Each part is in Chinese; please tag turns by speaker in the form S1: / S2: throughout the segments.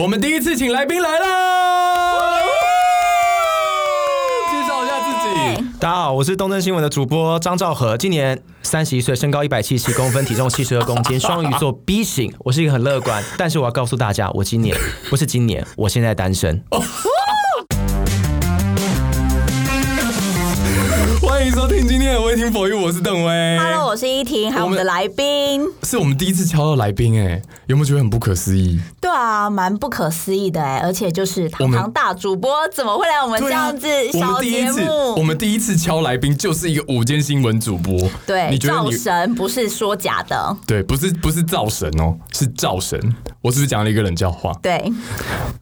S1: 我们第一次请来宾来啦！介绍一下自己，
S2: 大家好，我是东森新闻的主播张兆和，今年三十一岁，身高一百七十公分，体重七十二公斤，双鱼座 B 型。我是一个很乐观，但是我要告诉大家，我今年不是今年，我现在单身。
S1: 欢迎收听今天的微听佛语，我是邓威。
S3: Hello，我是依婷，还有我们的来宾。
S1: 是我们第一次敲到来宾哎、有没有觉得很不可思议？
S3: 对啊，蛮不可思议的哎，而且就是
S1: 我
S3: 堂
S1: 们
S3: 堂大主播怎么会来我们这样子
S1: 对啊我
S3: 小
S1: 们第一
S3: 节
S1: 次，我
S3: 目？
S1: 们第一次敲来宾就是一个午间新闻主播，
S3: 对，
S1: 你觉得
S3: 造
S1: 你
S3: 神不是说假的，
S1: 对，不是不是造神哦，是造神。我是不是讲了一个冷笑话？
S3: 对，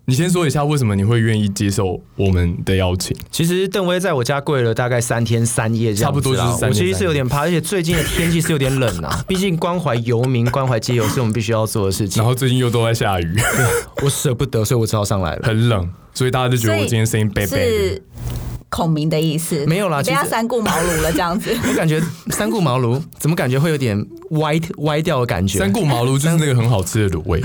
S1: 你先说一下为什么你会愿意接受我们的邀请？
S2: 其实邓威在我家跪了大概三天三夜这
S1: 差
S2: 样子啦，
S1: 不多就是三天
S2: 我其实是有点怕，而且最近的天气是有点冷啊，毕竟关怀游民、关怀街友是我们必须要做的事情
S1: 然。后最近又都在下雨，
S2: 我舍不得，所以我只好上来了。
S1: 很冷，所以大家就觉得我今天声音贝贝的。
S3: 是孔明的意思，
S2: 没有啦
S3: 你被他
S2: 其实
S3: 三顾茅庐了这样 子。
S2: 我感觉三顾茅庐，怎么感觉会有点歪歪掉的感觉？
S1: 三顾茅庐就是那个很好吃的卤 味，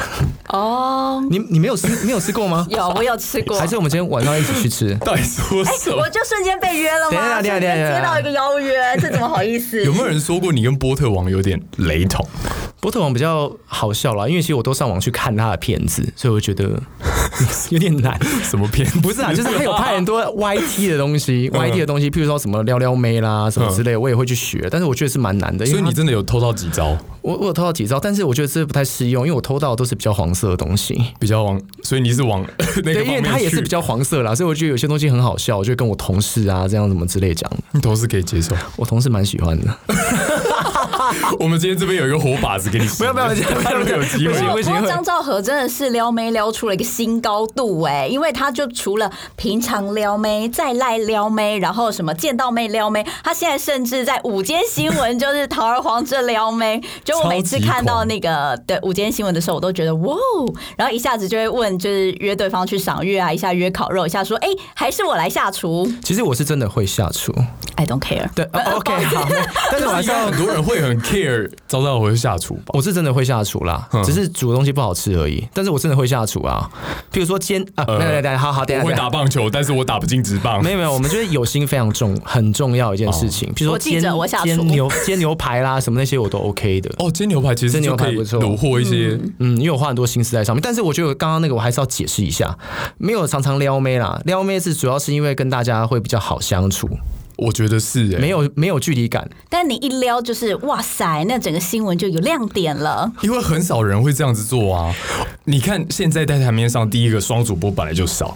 S3: 哦，
S2: 你你没有吃 你没有啊吃过吗？
S3: 有我有吃过，
S2: 还是我们今天晚上一起去吃？
S1: 到底说什么
S3: 哎我？就瞬间被约了
S2: 等一下
S3: 吗？
S2: 等一下
S3: 瞬
S2: 等一
S3: 间
S2: 下
S3: 接到一个邀约，这怎么好意思？
S1: 有没有人说过你跟波特王有点雷同？
S2: 波特王比较好笑啦，因为其实我都上网去看他的片子，所以我觉 得有点难。
S1: 什么片？
S2: 不是 啊，就是他有拍很多 YT 的东西，YT 的东西，譬如说什么撩撩妹啦什么之类的，我也会去学，但是我觉得是蛮难的。因
S1: 所
S2: 为
S1: 以你
S2: 他
S1: 真的有偷到几招？
S2: 我我有偷到几招，但是我觉得这不太适用，因为我偷到的都是比较黄色的东西。
S1: 比较往，所以你是往 那个
S2: 对，
S1: 方
S2: 因为
S1: 面
S2: 他也是
S1: 去
S2: 比较黄色啦，所以我觉得有些东西很好笑，我就跟我同事啊这样什么之类讲的，
S1: 你同事可以 接受。
S2: 我同事蛮喜欢的。
S1: 我们今天这边有一个活靶子给你使用，
S2: 不要不要不 要不要
S1: 看有没有机
S2: 不行
S1: 会。哎
S3: 不过张兆和真的是撩妹撩出了一个新高度哎、因为他就除了平常撩妹、再赖撩妹，然后什么见到妹撩妹，他现在甚至在午间新闻就是堂而皇之地撩妹。就我每次看到那个对午间新闻的时候，我都觉得哇哦，然后一下子就会问，就是约对方去赏月啊，一下约烤肉，一下说哎、还是我来下厨
S2: 其实我是真的会下厨，
S1: 哎
S3: ，I don't care。
S2: 对、哦 OK 好，但是我还是
S1: 应该
S2: 要
S1: 很多人会很 care 招到我就下厨吧？
S2: 我是真的会下厨啦，
S1: 嗯
S2: 只是煮的东西不好吃而已。但是我真的会下厨啊，譬如说煎啊，
S1: 呃
S2: 等等等，好好等一
S1: 我
S2: 下
S1: 会
S2: 等一
S1: 打
S2: 下。
S1: 棒球，但是我打不哦进直棒
S2: 没。有没有，我们觉得有心非常重，很重要一件事情。譬如说
S3: 我记
S2: 煎
S3: 着我下厨
S2: 煎牛煎牛排啦，什么那些我都 OK 的。
S1: 哦，煎牛排其实
S2: 煎
S1: 就
S2: 牛
S1: 可
S2: 排
S1: 以
S2: 不错
S1: 虏获一些
S2: 嗯，因为我花很多心思在上面，但是我觉得刚刚那个我还是要解释一下，没有常常撩妹啦，撩妹是主要是因为跟大家会比较好相处，
S1: 我觉得是哎、
S2: 没有没有距离感，
S3: 但你一撩就是哇塞，那整个新闻就有亮 点了。
S1: 因为很少人会这样子做啊。你看现在在台面上第一个双主播本来就少，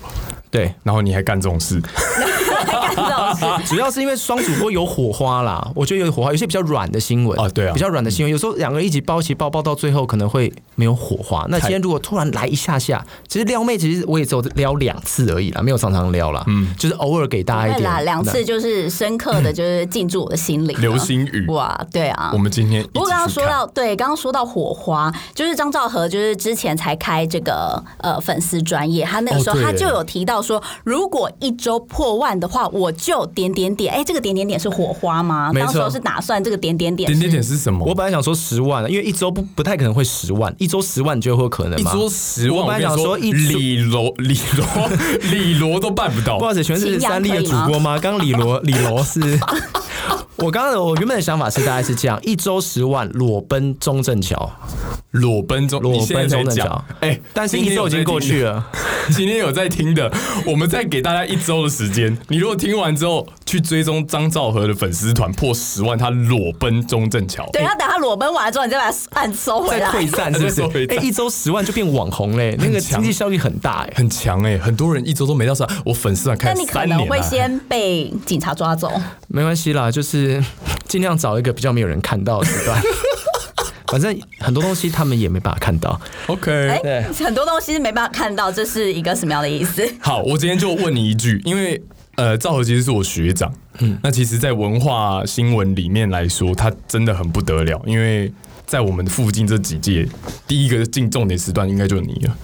S2: 对，
S1: 然后你还干这种事，
S3: 干这种事
S2: 主要是因为双主播有火花啦， 我觉得有火花，有些比较软的新闻
S1: 啊对啊
S2: 比较软的新闻，有时候两个一起包起包包到最后可能会没有火花。那今天如果突然来一下下，其实撩妹其实我也只有撩两次而已啦，没有常常撩啦，嗯，就是偶尔给大家一
S3: 对
S2: 点
S3: 啦，两次就是深刻的，就是进驻我的心里了。
S1: 嗯流星 雨
S3: 哇，对啊
S1: 我。们今天一起去
S3: 不过刚刚说
S1: 看
S3: 到，对，刚刚说到火花，就是张兆和，就是之前才开这个呃粉丝专业，他那个时
S1: 哦
S3: 候
S1: 对
S3: 他就有提到说，如果一周破万的话，我就点点点，哎，这个点点点是火花吗？
S2: 没错
S3: 当时候是打算这个点点点
S1: 点
S3: 是
S1: 点点是什么？
S2: 我本来想说十万啊，因为一周不不太可能会十万，一周十万你觉得会有可能
S1: 一
S2: 吗？
S1: 桌十万，
S2: 我
S1: 我
S2: 本
S1: 跟你
S2: 来想
S1: 说，
S2: 说一桌
S1: 李罗李 罗李罗都办不到
S2: 不。好意思，全是三立的主播吗？刚刚李 罗李罗是，我刚刚的我原本的想法是大概是这样，一周十万裸奔中正桥，
S1: 裸奔中，
S2: 裸
S1: 你现在
S2: 奔
S1: 才
S2: 中正
S1: 讲
S2: 桥，，
S1: 哎，
S2: 但是
S1: 今
S2: 一
S1: 天
S2: 周已经过去
S1: 了。
S2: 了。
S1: 今天有在听的，我们再给大家一周的时间。你如果听完之后去追踪张兆和的粉丝团破十万，他裸奔中正桥。
S3: 对，然后等他裸奔完了之后，你再把它按收回
S2: 再
S3: 来。
S2: 退散是不是
S1: 哎再退？
S2: 哎、
S1: 散
S2: 一周十万就变网红嘞、那个
S1: 强
S2: 经济效益很大哎、
S1: 很强哎、很多人一周都没到上，我粉丝团开
S3: 但
S1: 了
S3: 你可
S1: 三年啊
S3: 能
S1: 了。
S3: 会先被警察抓走。
S2: 没关系啦，就是 尽量找一个比较没有人看到的时段。 反正很多东西他们也没办法看到。
S1: OK，
S2: 对
S3: 哎，很多东西是没办法看到，这是一个什么样的意思？
S1: 好，我今天就问你一句，因为呃，赵和其实是我学长，嗯，那其实，在文化新闻里面来说，他真的很不得了，因为在我们附近这几届，第一个进重点时段应该就是你了。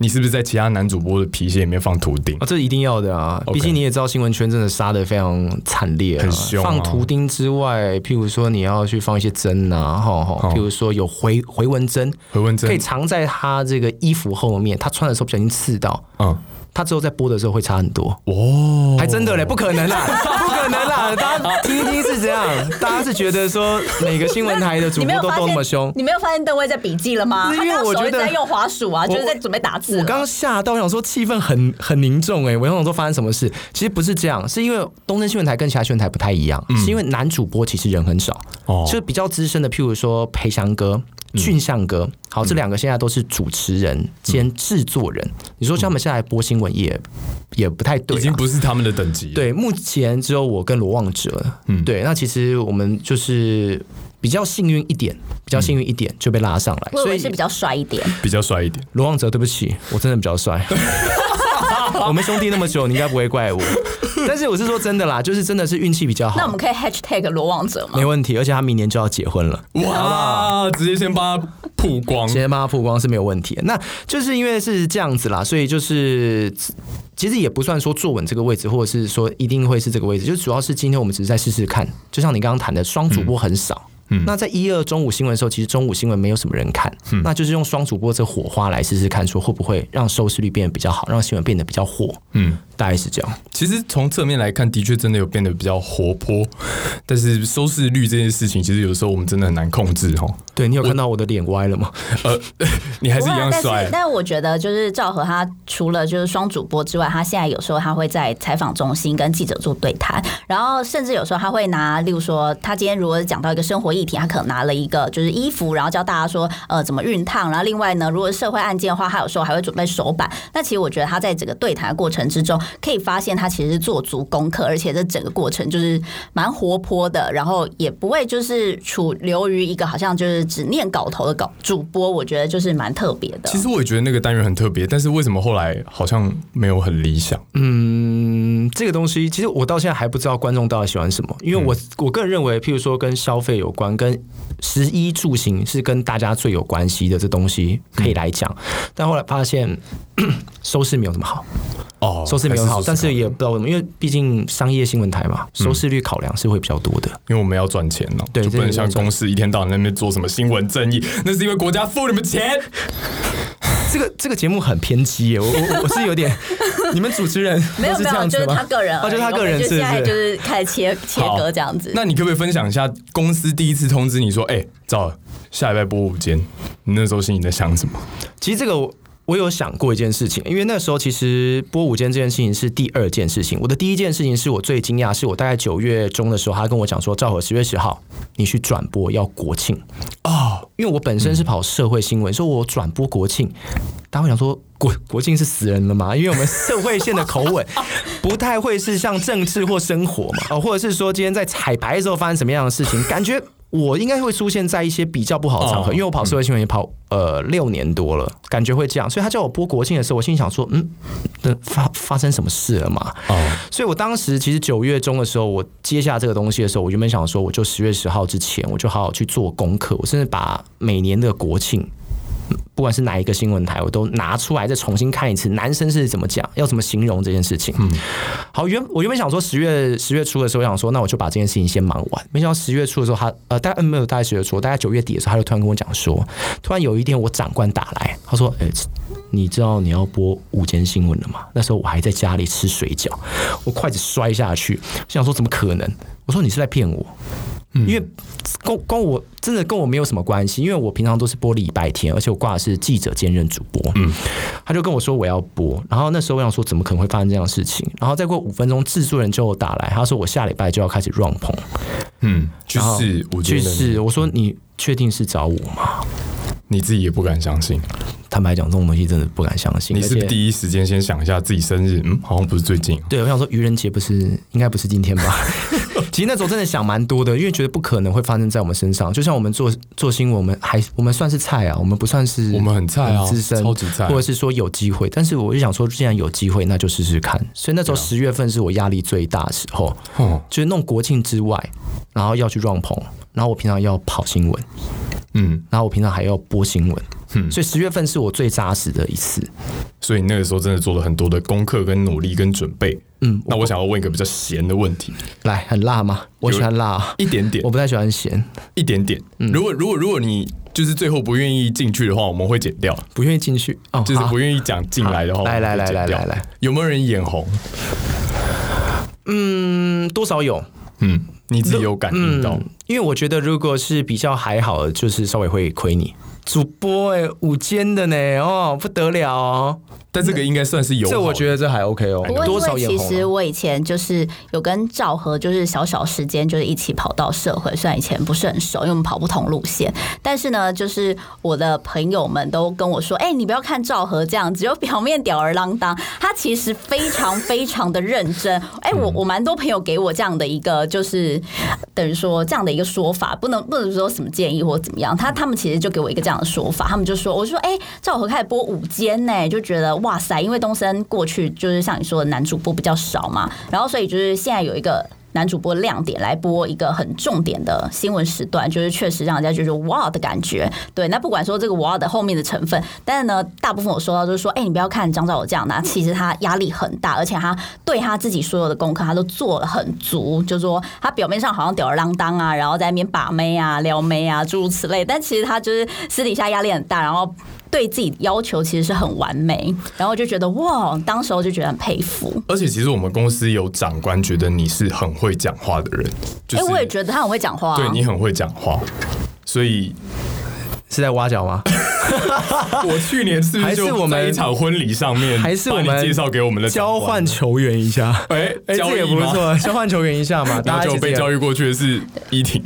S1: 你是不是在其他男主播的皮鞋里面放图钉
S2: 啊，？这一定要的啊！
S1: OK
S2: 毕竟你也知道，新闻圈真的杀的非常惨烈、啊，
S1: 很凶啊
S2: 放图钉之外，譬如说你要去放一些针啊，吼吼，
S1: 好
S2: 譬如说有回回纹针，
S1: 回纹针
S2: 可以藏在他这个衣服后面，他穿的时候不小心刺到，
S1: 嗯，
S2: 他之后在播的时候会差很多。
S1: 哦，
S2: 哦还真的嘞，不可能啦， 不可能啦！大家听一听是这样，大家是觉得说每个新闻台的主
S3: 你没
S2: 播
S3: 有
S2: 都
S3: 发
S2: 都那么
S3: 现
S2: 凶，。
S3: 你没有发现邓威在笔记了吗？
S2: 因为
S3: 他刚
S2: 我
S3: 手
S2: 觉
S3: 一直
S2: 得
S3: 在用滑鼠啊，就是在准备打字了。
S2: 我刚吓到，我想说气氛很很凝重哎、我想说发生什么事？其实不是这样，是因为东森新闻台跟其他新闻台不太一样，是因为男主播其实人很少，
S1: 哦
S2: 就是比较资深的，譬如说裴翔哥。俊相哥，好，这两个现在都是主持人兼制作人。你说叫他们现在来播新闻也也不太对啊，
S1: 已经不是他们的等级了。
S2: 对，目前只有我跟罗望哲。嗯，对，那其实我们就是比较幸运一点，比较幸运一点就被拉上来，
S3: 我以
S2: 所
S3: 为
S2: 以
S3: 是比较帅一点，
S1: 比较帅一点。
S2: 罗望哲，对不起，我真的比较 帅。我们兄弟那么久，你应该不会怪我。但是我是说真的啦，就是真的是运气比较
S3: 那我
S2: 好
S3: 们，可以 hashtag 罗望者吗
S2: 没？问题。而且他明年就要结婚了，
S1: 哇，直接先帮他曝光
S2: 直。接帮他曝光是没有问题的。那就是因为是这样子啦，所以就是其实也不算说坐稳这个位置，或者是说一定会是这个位置，就主要是今天我们只是在试试看。就像你刚刚谈的，双主播很少。那在一二中午新闻的时候，其实中午新闻没有什么人看，那就是用双主播这火花来试试看，说会不会让收视率变得比较好，让新闻变得比较火，
S1: 嗯，
S2: 大概是这样。
S1: 其实从侧面来看，的确真的有变得比较活泼，但是收视率这件事情，其实有时候我们真的很难控制哦。
S2: 对你有看到我的脸歪了吗？
S1: 呃，你还是一
S3: 不会啊
S1: 样
S3: 但
S1: 帅
S3: 是，。但我觉得就是赵和他除了就是双主播之外，他现在有时候他会在采访中心跟记者做对谈，然后甚至有时候他会拿，例如说他今天如果讲到一个生活议题，他可能拿了一个就是衣服，然后教大家说呃怎么熨烫，然后另外呢，如果是社会案件的话，他有时候还会准备手板。那其实我觉得他在整个对谈的过程之中，可以发现他其实是做足功课，而且这整个过程就是蛮活泼的，然后也不会就是处流于一个好像就是只念稿头的稿主播，我觉得就是蛮特别的。
S1: 其实我也觉得那个单元很特别，但是为什么后来好像没有很理想？
S2: 嗯，这个东西其实我到现在还不知道观众到底喜欢什么，因为我、我个人认为，譬如说跟消费有关，跟食衣住行是跟大家最有关系的这东西可以来讲，但后来发现 收视没有那么好，
S1: 哦，
S2: 收视没有那么好，嗯
S1: 还
S2: 但是也不知道为什么，因为毕竟商业新闻台嘛，收视率考量是会比较多的。
S1: 因为我们要赚钱哦，
S2: 对
S1: 就不
S2: 这
S1: 能
S2: 个
S1: 像公司一天到晚在那边做什么新闻正义，那是因为国家付你们钱。
S2: 嗯这个这个节目很偏激耶，我我我是有点， 你们主持人
S3: 没
S2: 都
S3: 有
S2: 是
S3: 没
S2: 这
S3: 有，
S2: 样
S3: 就
S2: 子
S3: 是
S2: 吗？
S3: 他个人而
S2: 哦，
S3: 已，
S2: 就是他个人
S3: 我们
S2: 是
S3: 就现
S2: 不？
S3: 在就是是开始切切
S1: 好
S3: 割这样子。
S1: 那你可不可以分享一下公司第一次通知你说，哎、赵，下礼拜播午间，你那时候心里在想什么？
S2: 其实这个我。我有想过一件事情，因为那时候其实播午间这件事情是第二件事情。我的第一件事情是我最惊讶，是我大概九月中的时候，他跟我讲说，赵和十月十号你去转播要国庆哦，因为我本身是跑社会新闻，所以我转播国庆，大家会想说国国庆是死人了吗？因为我们社会线的口吻不太会是像政治或生活嘛，哦，或者是说今天在彩排的时候发生什么样的事情，感觉。我应该会出现在一些比较不好的场合，
S1: 哦
S2: 因为我跑社会新闻也跑、呃六年多了，感觉会这样。所以他叫我播国庆的时候，我心里想说，嗯，那发发生什么事了嘛？
S1: 哦，
S2: 所以我当时其实九月中的时候，我接下这个东西的时候，我原本想说，我就十月十号之前，我就好好去做功课，我甚至把每年的国庆。嗯不管是哪一个新闻台，我都拿出来再重新看一次，男生是怎么讲，要怎么形容这件事情。嗯，好，原我原本想说十月十月初的时候，我想说那我就把这件事情先忙完。没想到十月初的时候他，呃，大概嗯没有大概十月初，大概九月底的时候，他就突然跟我讲说，突然有一天我长官打来，他说：“哎、你知道你要播午间新闻了吗？”那时候我还在家里吃水饺，我筷子摔下去，我想说怎么可能？我说你是在骗我。因为跟跟我真的跟我没有什么关系，因为我平常都是播礼拜天，而且我挂的是记者兼任主播。嗯，他就跟我说我要播，然后那时候我想说怎么可能会发生这样的事情？然后再过五分钟，制作人就打来，他说我下礼拜就要开始 run 棚，
S1: 嗯，去
S2: 然后
S1: 试午间
S2: 去
S1: 的
S2: 试。我说你确定是找我吗？
S1: 你自己也不敢相信，
S2: 坦白讲，这种东西真的不敢相信。
S1: 你是不是
S2: 而且
S1: 第一时间先想一下自己生日？嗯，好像不是最近哦。
S2: 对，我想说愚人节不是应该不是今 天吧？其实那时候真的想蛮多的，因为觉得不可能会发生在我们身上。就像我们做做新闻，我们还我们算是菜啊，我们不算是
S1: 我们很菜啊
S2: 很资深
S1: 超级菜
S2: 或者是说有机会。但是我就想说，既然有机会，那就试试看。所以那时候
S1: 啊
S2: 十月份是我压力最大的时候，
S1: 哦，
S2: 就是弄国庆之外，然后要去 run 棚，然后我平常要跑新闻，
S1: 嗯，
S2: 然后我平常还要播新闻，
S1: 嗯
S2: 所以十月份是我最扎实的一次。
S1: 所以你那个时候真的做了很多的功课、跟努力、跟准备。
S2: 嗯，
S1: 那我想要问一个比较闲的问题，
S2: 来，很辣吗？我喜欢辣啊，
S1: 一点点
S2: 我，嗯不太喜欢咸，
S1: 一点点。如果如果如果你就是最后不愿意进去的话，我们会剪掉；
S2: 不愿意进去哦，
S1: 就是
S2: 好
S1: 不愿意讲进来的话，
S2: 好来来来来来来，
S1: 有没有人眼红？
S2: 嗯，多少有，
S1: 嗯，你自己有感应到？
S2: 因为我觉得如果是比较还好的，就是稍微会亏你。主播哎、五间的呢哦，不得了哦，
S1: 但这个应该算是有，
S2: 这我觉得这还 OK 哦
S3: 不，过因
S2: 多少
S3: 为
S2: 眼
S3: 其
S2: 红啊、
S3: 实我以前就是有跟赵和就是小小时间就是一起跑到社会，虽然以前不是很熟，因为我们跑不同路线，但是呢，就是我的朋友们都跟我说，哎、你不要看赵和这样，只有表面吊儿郎当，他其实非常非常的认真。哎、我我蛮多朋友给我这样的一个就是等于说这样的一个说法，不能不能说什么建议或怎么样，他他们其实就给我一个这样的说法，他们就说，我就说，哎、赵和开始播午间呢，就觉得哇塞，因为东森过去就是像你说的男主播比较少嘛，然后所以就是现在有一个。男主播亮点来播一个很重点的新闻时段，就是确实让人家就是哇的感觉。对，那不管说这个哇的后面的成分，但是呢，大部分我收到就是说，哎、你不要看张兆友这样的啊、其实他压力很大，而且他对他自己所有的功课他都做了很足，就是说他表面上好像吊儿郎当啊，然后在那边把妹啊、撩妹啊诸如此类，但其实他就是私底下压力很大，然后。对自己要求其实是很完美，然后就觉得哇，当时候就觉得很佩服。
S1: 而且其实我们公司有长官觉得你是很会讲话的人，就
S3: 哎、
S1: 是、
S3: 我也觉得他很会讲话、啊，
S1: 对你很会讲话，所以
S2: 是在挖角 吗？
S1: 我去年是不
S2: 还
S1: 是
S2: 是我
S1: 就
S2: 们
S1: 在一场婚礼上面，
S2: 还是我
S1: 把
S2: 们
S1: 你介绍给我们的长官
S2: 交换？球员一下？
S1: 哎、
S2: 哎、
S1: 交
S2: 这
S1: 易
S2: 也不
S1: 吗。
S2: 错，交换球员一下 嘛，
S1: 然
S2: 大
S1: 后
S2: 家
S1: 就
S2: 一起
S1: 被教育过去的是依 婷，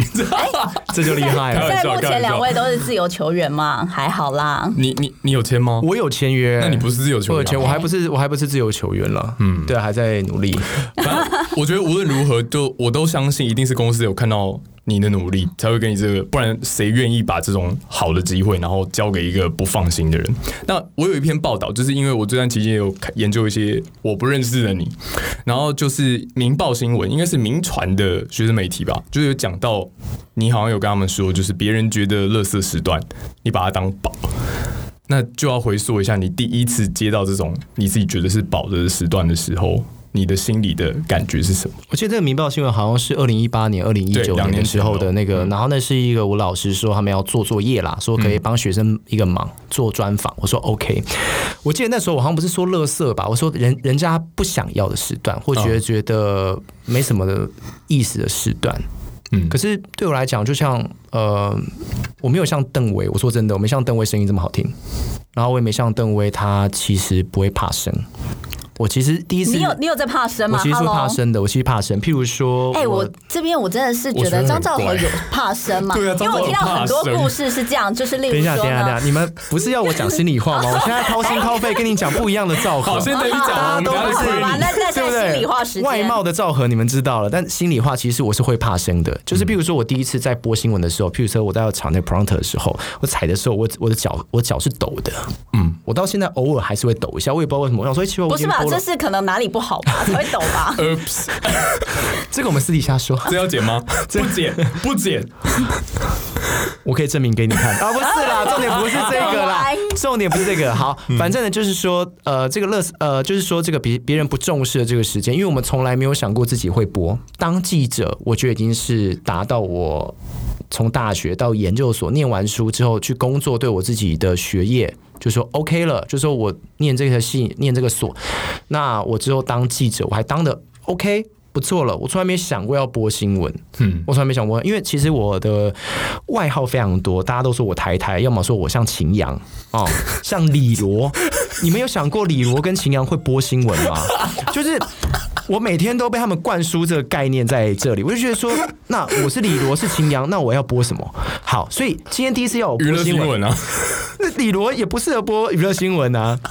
S2: 这就厉 害
S1: 开
S2: 了。
S1: 玩
S3: 在
S1: 笑
S3: 目
S1: 开玩笑
S3: 前两位都是自由球 员嘛，还好啦。
S1: 你你你有签吗？
S2: 我有签约，
S1: 那你不啊是自由球
S2: 我
S1: 员
S2: 有
S1: 吗？
S2: 签，我还不是我还不是自由球员了，嗯，对，还在努力。
S1: 反正我觉得无论如何，就我都相信，一定是公司有看到你的努力，才会给你这个，不然谁愿意把这种好的机会，然后交给一个不放心的人？那我有一篇报道，就是因为我这段期间有看研究一些我不认识的你，然后就是《民报新闻》，应该是民传的学生媒体吧，就是有讲到你好像有跟他们说，就是别人觉得垃圾时段，你把它当宝。那就要回溯一下，你第一次接到这种你自己觉得是宝的时段的时候，你的心里的感觉是什么？
S2: 我记得这个《民报》新闻好像是二零一八年、二零一
S1: 对
S2: 九
S1: 两
S2: 年
S1: 年
S2: 的时候
S1: 前
S2: 的
S1: 哦
S2: 那个，然后那是一个我老师说他们要做作业啦，说可以帮学生一个忙做专访，我说 OK。我记得那时候我好像不是说乐色吧，我说人人家不想要的时段，或觉得觉得没什么的意思的时段。
S1: 嗯
S2: 可是对我来讲，就像呃，我没有像邓威，我说真的，我没像邓威声音这么好听，然后我也没像邓威，他其实不会怕生。我其实第一次
S3: 你有你有在怕生
S2: 我
S3: 吗
S2: 其实是
S3: ？Hello，
S2: 怕生的，我其实怕生。譬如说，
S3: 哎、我这边我真的是觉得张兆和有怕生吗？
S1: 我觉得很怪对啊
S3: 因为我听到很
S1: 张兆和
S3: 多
S1: 怕生
S3: 故事是这样，就是例
S2: 等一
S3: 如
S2: 下，等
S3: 说
S2: 一下，等
S3: 呢
S2: 一，下，你们不是要我讲心里话吗？ 我现在掏心掏肺跟你讲不一样的照合
S1: 好，，现在你讲，我
S2: 大家
S1: 们
S2: 都
S1: 等下再
S2: 不是
S1: 回
S3: 好吧
S1: 你。？
S3: 那那
S2: 对不
S3: 在
S2: 对？
S3: 心里话时间，
S2: 外貌的照合你们知道了，但心里话其实我是会怕生的。
S3: 嗯
S2: 就是譬如说我第一次在播新闻的时候，譬如说我在场那个 prompter 的时候，我踩的时候，我我的脚我脚是抖的，嗯，我到现在偶尔还是会抖一下，我也不知道为什么。我想说，哎奇怪，我
S3: 不
S2: 已
S3: 是
S2: 经
S3: 吧？
S2: 播
S3: 这
S2: 了，
S3: 是可能哪里不好吧？ 才会抖吧
S1: Oops，
S2: 这个我们私底下说，
S1: 这要剪吗？不剪，不 剪。
S2: 我可以证明给你看啊，不是 啦，重点不是这个 啦嗯
S3: Why？，
S2: 重点不是这个。好，反正呢，就是说，呃，这个乐死，呃，就是说这个别别人不重视的这个时间，因为我们从来没有想过自己会播。当记者，我觉得已经是达到我从大学到研究所念完书之后去工作，对我自己的学业。就说 OK 了，就说我念这个系，念这个所，那我之后当记者，我还当的 OK，不错了。我从来没想过要播新闻，
S1: 嗯，
S2: 我从来没想过，因为其实我的外号非常多，大家都说我台台，要么说我像秦阳哦，像李罗。你们有想过李罗跟秦阳会播新闻吗？就是我每天都被他们灌输这个概念在这里，我就觉得说，那我是李罗是秦阳，那我要播什么？好，所以今天第一次要我
S1: 娱
S2: 播
S1: 乐
S2: 新
S1: 新
S2: 闻，
S1: 闻啊，
S2: 那李罗也不适合播娱乐新闻啊。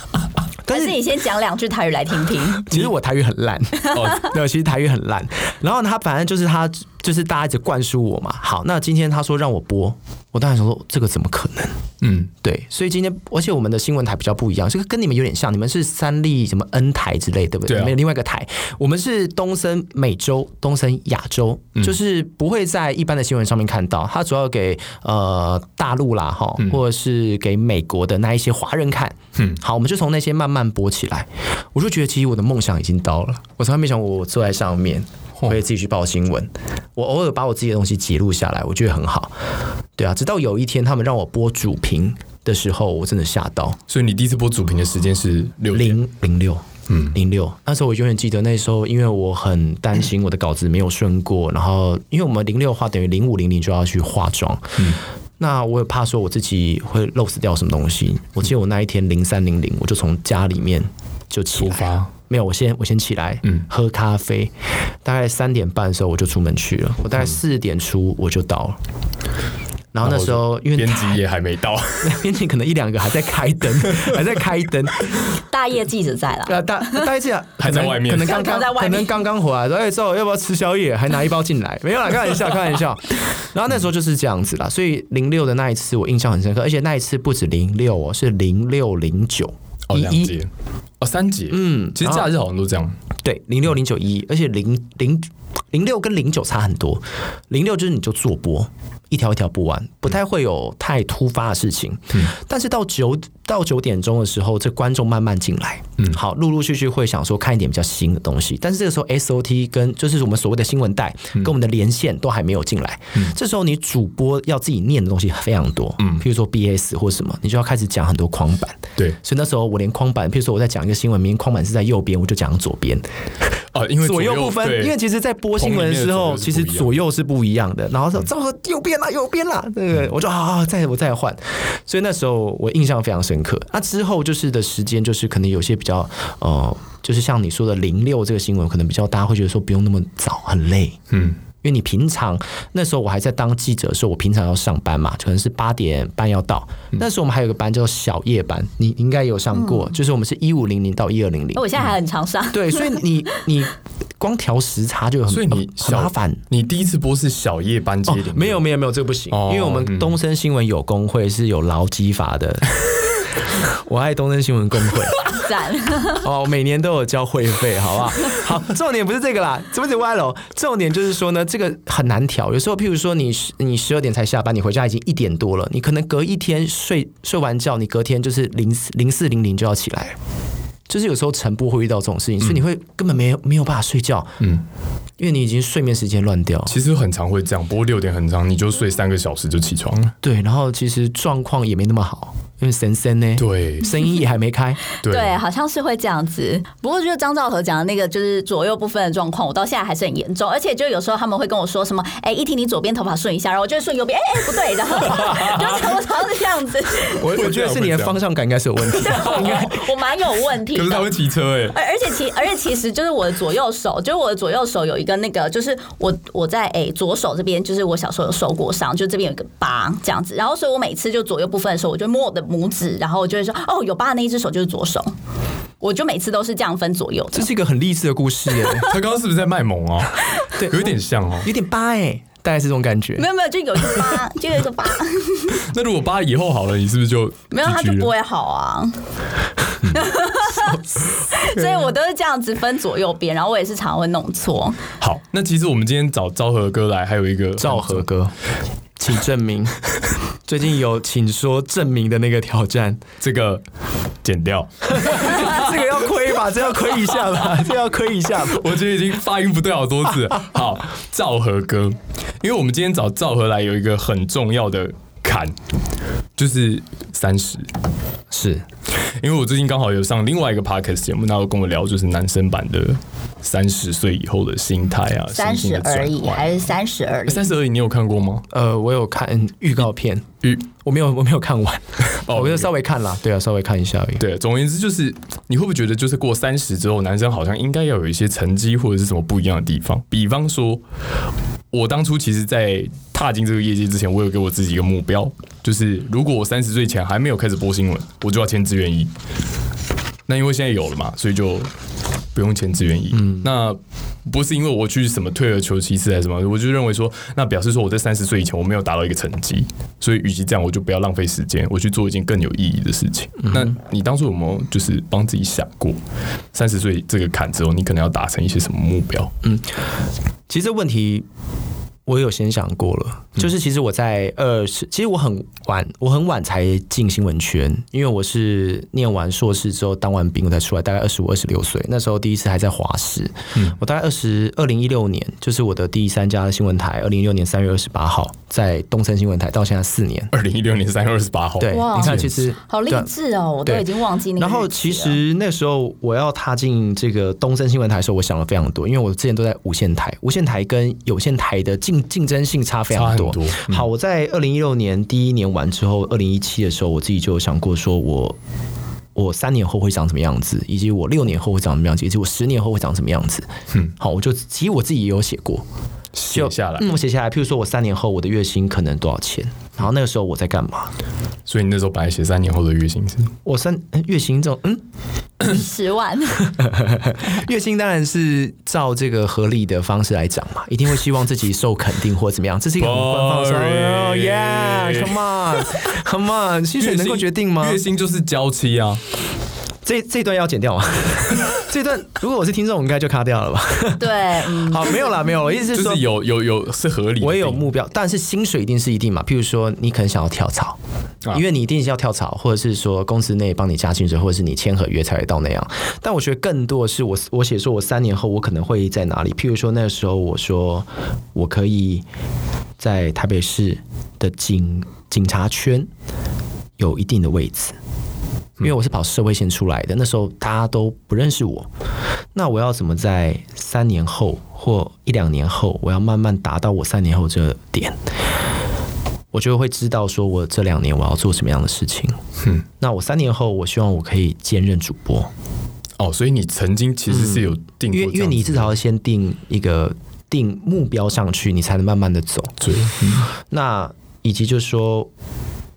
S2: 但
S3: 还
S2: 是
S3: 是你先讲两句台语来听听。
S2: 其实我台语很烂， 哦，对，其实台语很烂。然后他反正就是他就是大家一直灌输我嘛。好，那今天他说让我播，我当然想说这个怎么可能？
S1: 嗯，
S2: 对，所以今天，而且我们的新闻台比较不一样，这个跟你们有点像，你们是三立什么 N 台之类，对不对？
S1: 对啊
S2: 没有另外一个台，我们是东森美洲、东森亚洲，
S1: 嗯
S2: 就是不会在一般的新闻上面看到，它主要给呃大陆啦哈，
S1: 嗯
S2: 或者是给美国的那一些华人看。嗯，好，我们就从那些慢慢播起来。我就觉得，其实我的梦想已经到了，我从来没想过我坐在上面。我会自己去报新闻，我偶尔把我自己的东西记录下来，我觉得很好。对啊，直到有一天他们让我播主屏的时候，我真的吓到
S1: 所以你第一次播主屏的时间是六点，
S2: 零零六。嗯，零六那时候我永远记得，那时候因为我很担心我的稿子没有顺过，然后因为我们零六的话等于零五零零就要去化妆，
S1: 嗯
S2: 那我也怕说我自己会漏死掉什么东西。我记得我那一天零三零零，我就从家里面就起来了，没有，我先我先起来，嗯，喝咖啡，大概三点半的时候我就出门去了，我大
S1: 嗯
S2: 概四点出我就到了。然后那时候，因为
S1: 编
S2: 太
S1: 辑也还没到，
S2: 边境可能一 两个还在开灯，还在开 灯，
S3: 大业记 者在啦。
S2: 呃，大大家记得
S1: 还在外面
S2: 可能刚
S3: 还在
S2: 刚
S3: 外
S2: 可
S3: 面
S2: 能刚刚回来，说哎，之后要不要吃宵夜？还拿一包 进来，没有啦，开玩笑，开玩笑。然后那时候就是这样子啦，所以零六的那一次我印象很深刻，而且那一次不止零六哦，是零六零九
S1: 哦，
S2: 一
S1: 两
S2: 一
S1: 节，哦，三节，嗯，其实假日好像都这样，
S2: 对，零六零九一，而且零零零六跟零九差很多，零六就是你就做播，一条一条播完，不太会有太突发的事情。但是到九到九点钟的时候，这观众慢慢进来，嗯，好，陆陆续续会想说看一点比较新的东西，但是这个时候 SOT 跟就是我们所谓的新闻带跟我们的连线都还没有进来，这时候你主播要自己念的东西非常多，嗯，譬如说 BS 或什么，你就要开始讲很多框板，
S1: 对，
S2: 所以那时候我连框板，譬如说我在讲一个新闻，明明框板是在右边，我就讲左边，
S1: 哦，因为
S2: 左右
S1: 右
S2: 不分。
S1: 对
S2: 因为其实，在播新闻的时候，
S1: 同
S2: 其
S1: 一面
S2: 实
S1: 的嗯左
S2: 左右是不一样的。然后说，这么右边啦，右边啦，那
S1: 嗯
S2: 个我就好好好再我再换。所以那时候我印象非常深刻。那之后就是的时间，就是可能有些比较呃，就是像你说的零六这个新闻，可能比较大家会觉得说不用那么早，很累。
S1: 嗯，
S2: 因为你平常那时候我还在当记者的时候，我平常要上班嘛，
S1: 嗯
S2: 可能是八点半要到。那时候我们还有一个班叫小夜班，你应该有上过，就是我们是一五零零到一二零零。
S3: 哦我现在还很常上，
S2: 对，所以你你光调时差就很
S1: 所以你
S2: 很麻
S1: 小
S2: 烦。
S1: 你第一次播是小夜班接
S2: 哦
S1: 零，
S2: 没有没有没有，这个不行，
S1: 哦
S2: 因为我们东森新闻有工会是有劳基法 的。我爱东森新闻工会
S3: 赞。
S2: 哦，每年都有交会费，好不好？好，重点不是这个啦，怎么怎么歪楼？重点就是说呢，这个很难调。有时候，譬如说你十你十二点才下班，你回家已经一点多了，你可能隔一天睡睡完觉，你隔天就是零零四零零就要起来了。就是有时候晨播会遇到这种事情，所以你会根本没有没有办法睡觉，
S1: 嗯，
S2: 因为你已经睡眠时间乱掉。
S1: 其实很常会这样，播六点很长，你就睡三个小时就起床了，
S2: 对，然后其实状况也没那么好，因为神森呢，
S1: 对
S2: 声音也还没开。
S1: 对
S3: 对，好像是会这样子。不过就是张兆和讲的那个，就是左右不分的状况，我到现在还是很严重。而且就有时候他们会跟我说什么，哎、一婷你左边头发顺一下，然后我就会顺右边，哎、哎、不对， 然后就是我常常是这样子，
S2: 我
S1: 会
S2: 我
S1: 这
S2: 觉得
S1: 样
S2: 是你的
S1: 会这样
S2: 方向感应该是有问题。
S3: 我我蛮有问题
S1: 可是他
S3: 的。
S1: 会骑车哎、
S3: 而而且其而且其实就是我的左右手，就是我的左右手有一个那个，就是我我在诶、左手这边，就是我小时候有受过伤，就这边有一个疤这样子。然后所以我每次就左右部分的时候，我就摸我的拇指，然后我就会说哦有疤的那一只手就是左手，我就每次都是这样分左右的
S2: 这。是一个很励志的故事耶，
S1: 他刚刚是不是在卖萌 啊？
S2: 对
S1: 有一点像哦。
S2: 有点八哎，大概是这种感觉
S3: 没。有没有，就有一个疤，就有一个疤，
S1: 那如果八以后好了，你是不是就
S3: 没有它就
S1: GG 了
S3: 不会好啊。 所以我都是这样子分左右边，然后我也是常会弄错。
S1: 好？那其实我们今天找昭和哥来，还有一个
S2: 赵和哥，请证 明。最近有请说证明的那个挑战，
S1: 这个剪掉。
S2: 啊这个要亏吧，这要亏一下 吧，这要亏一下吧。
S1: 我觉得已经发音不对好多次了。 好，赵和哥，因为我们今天找赵和来有一个很重要的坎，就是三十。
S2: 是
S1: 因为我最近刚好有上另外一个 podcast 节目，然后跟我聊就是男生版的三十岁以后的心态啊，
S3: 三
S1: 心
S3: 十
S1: 境的转
S3: 而已，
S1: 换
S3: 还是三十而已？
S1: 三十而已，你有看过吗？
S2: 呃，我有看预告片，
S1: 与
S2: 我没有我没有看完，
S1: 哦
S2: 我就稍微看了，对啊，稍微看一下而已。
S1: 对，总而言之就是，你会不会觉得就是过三十之后，男生好像应该要有一些成绩或者是什么不一样的地方？比方说，我当初其实，在踏进这个业界之前，我有给我自己一个目标，就是如果我三十岁前还没有开始播新闻，我就要签志愿
S2: 嗯
S1: 役。那因为现在有了嘛，所以就不用签志愿役。那不是因为我去什么退而求其次还是什么，我就认为说，那表示说我在三十岁以前我没有达到一个成绩，所以与其这样，我就不要浪费时间，我去做一件更有意义的事情。
S2: 嗯
S1: 那你当初有没有就是帮自己想过，三十岁这个坎之后，你可能要达成一些什么目标？
S2: 其实这问题我有先想过了，就是其实我在二十，其实我很晚，我很晚才进新闻圈，因为我是念完硕士之后当完兵我才出来，大概二十五、二十六岁，那时候第一次还在华视，我大概二十二零一六年，就是我的第三家新闻台，二零一六年三月二十八号在东森新闻台，到现在四年。
S1: 二零一六年三月二十八号，
S2: 对，
S3: 哇
S2: 你看，其实
S3: 好励
S2: 对啊
S3: 志哦，我都
S2: 对
S3: 已经忘记那个
S2: 然
S3: 日期了。啊
S2: 后其实那时候我要踏进这个东森新闻台的时候，我想了非常多，因为我之前都在无线台，无线台跟有线台的竞竞争性差非常
S1: 差
S2: 多。
S1: 很多嗯
S2: 好，我在二零一六年第一年完之后，二零一七的时候，我自己就有想过说我。我三年后会长什么样子，以及我六年后会长什么样子，以及我十年后会长什么样子。嗯，好，我就其实我自己也有写过，
S1: 写下来。
S2: 嗯，我写下来，譬如说我三年后我的月薪可能多少钱，然后那个时候我在干嘛？
S1: 所以你那时候本来写三年后的月薪是
S2: 我三嗯月薪这种，嗯，
S3: 十万，
S2: 月薪当然是照这个合理的方式来讲嘛，一定会希望自己受肯定或怎么样，这是一个很官方说
S1: Boring
S2: ，Oh yeah，come on，come on，薪水能够决定吗？
S1: 月薪就是交期啊，
S2: 这这段要 剪掉吗？这段如果我是听众，我应该就卡掉了吧？
S3: 对，嗯，
S2: 好，没有啦，没有，我意思
S1: 就是
S2: 说。
S1: 是有有有是合理的。
S2: 我也有目标，但是薪水一定是一定嘛。譬如说，你可能想要跳槽，
S1: 啊
S2: 因为你一定是要跳槽，或者是说公司内帮你加薪水，或者是你签合约才会到那样。但我觉得更多的是我我写说我三年后我可能会在哪里。譬如说那时候我说我可以在台北市的警警察圈有一定的位置。因为我是跑社会线出来的，那时候大家都不认识我，那我要怎么在三年后或一两年后，我要慢慢达到我三年后这个点？我就会知道说我这两年我要做什么样的事情。
S1: 嗯
S2: 那我三年后，我希望我可以兼任主播，
S1: 哦，所以你曾经其实是有定过这样子的，
S2: 嗯因为因为你至少要先定一个定目标上去，你才能慢慢的走。
S1: 对，
S2: 那以及就是说，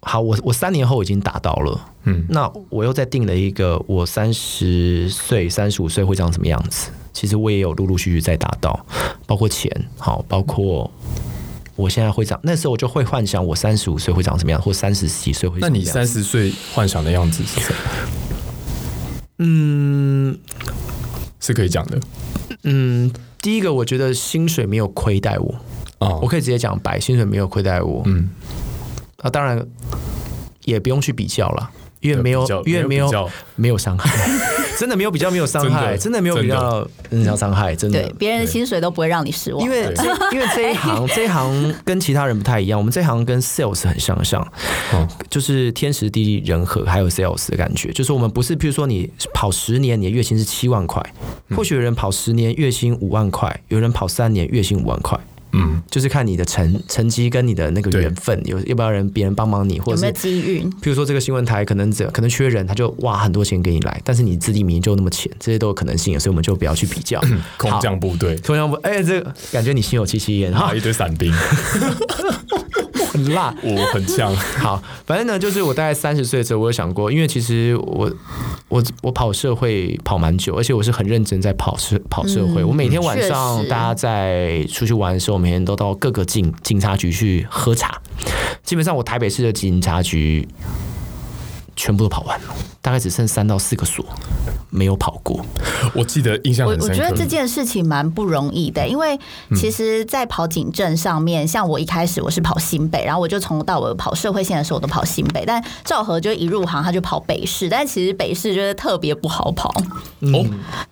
S2: 好，我我三年后已经达到了，
S1: 嗯，
S2: 那我又再定了一个，我三十岁、三十五岁会长什么样子？其实我也有陆陆续续在达到，包括钱，好，包括我现在会长，那时候我就会幻想我三十五岁会长什么样，或三十几岁会
S1: 那
S2: 长什么
S1: 你
S2: 样。
S1: 三十岁幻想的样子是什么？
S2: 嗯
S1: 是可以讲的
S2: 嗯，第一个我觉得薪水没有亏待我，
S1: 啊
S2: 我可以直接讲白，薪水没有亏待我。
S1: 嗯，
S2: 那、当然也不用去比较了，因为没有
S1: 比较，
S2: 因为没
S1: 比
S2: 有
S1: 较
S2: 没有伤害，真的没有比较，没有伤
S1: 真
S2: 害，
S1: 的
S2: 真的没有比较，真的要伤害，真
S3: 对
S2: 的，。
S3: 别人的
S1: 对
S3: 薪水都不会让你失望，
S2: 因为这因为这一 行这一行跟其他人不太一样，我们这一行跟 sales 很相像，
S1: 哦
S2: 就是天时地利人和，还有 sales 的感觉。就是我们不是，譬如说你跑十年，你的月薪是七万块，
S1: 嗯
S2: 或许有人跑十年月薪五万块，有人跑三年月薪五万块，
S1: 嗯，
S2: 就是看你的成成绩跟你的那个
S1: 对
S2: 缘分，有要不要人别人帮忙你，或
S3: 有
S2: 者
S3: 没有
S2: 是
S3: 机遇？
S2: 譬如说这个新闻台可能只可能缺人，他就哇很多钱给你来，但是你资历明明就那么浅，这些都有可能性，所以我们就不要去比 较。
S1: 空降哎部队，啊
S2: 同样不，哎、这个感觉你心有戚戚焉哈
S1: 还有，一堆伞兵，
S2: 很辣。
S1: 我很像，
S2: 好，反正呢，就是我大概三十岁的时候，我有想过，因为其实我我我跑社会跑蛮久，而且我是很认真在跑社跑社会。我每天晚
S3: 嗯确
S2: 上
S3: 实
S2: 大家在出去玩的时候，我每天都到各个警警察局去喝茶。基本上我台北市的警察局全部都跑完了，大概只剩三到四个所没有跑过。
S1: 我记得印象
S3: 我
S1: 很
S3: 我
S1: 深
S3: 觉得这
S1: 刻。
S3: 件事情蛮不容易的，因为
S2: 嗯
S3: 其实，在跑警政上面，像我一开始我是跑新北，然后我就从头到尾跑社会线的时候我都跑新北，但赵和就一入行他就跑北市，但其实北市就是特别不好跑。
S2: 嗯
S1: 哦，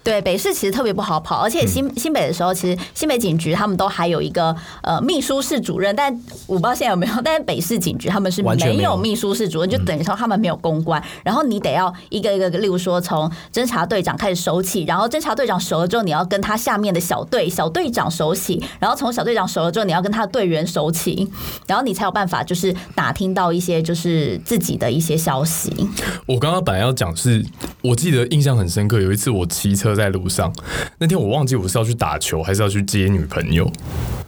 S3: 对，北市其实特别不好跑，而且新新北的时候，其实新北警局他们都还有一个呃秘书室主任，但我不知道现在有没有，但是北市警局他们是
S2: 完全
S3: 没
S2: 没有嗯
S3: 有秘书室主任，就等于说他们没有公关，然后你得要一个一个，例如说从侦查队长开始熟起，然后侦查队长熟了之后，你要跟他下面的小队小队长熟起，然后从小队长熟了之后，你要跟他的队员熟起，然后你才有办法就是打听到一些就是自己的一些消息。
S1: 我刚刚本来要讲是，我记得印象很深刻，有一次我骑车在路上，那天我忘记我是要去打球还是要去接女朋友，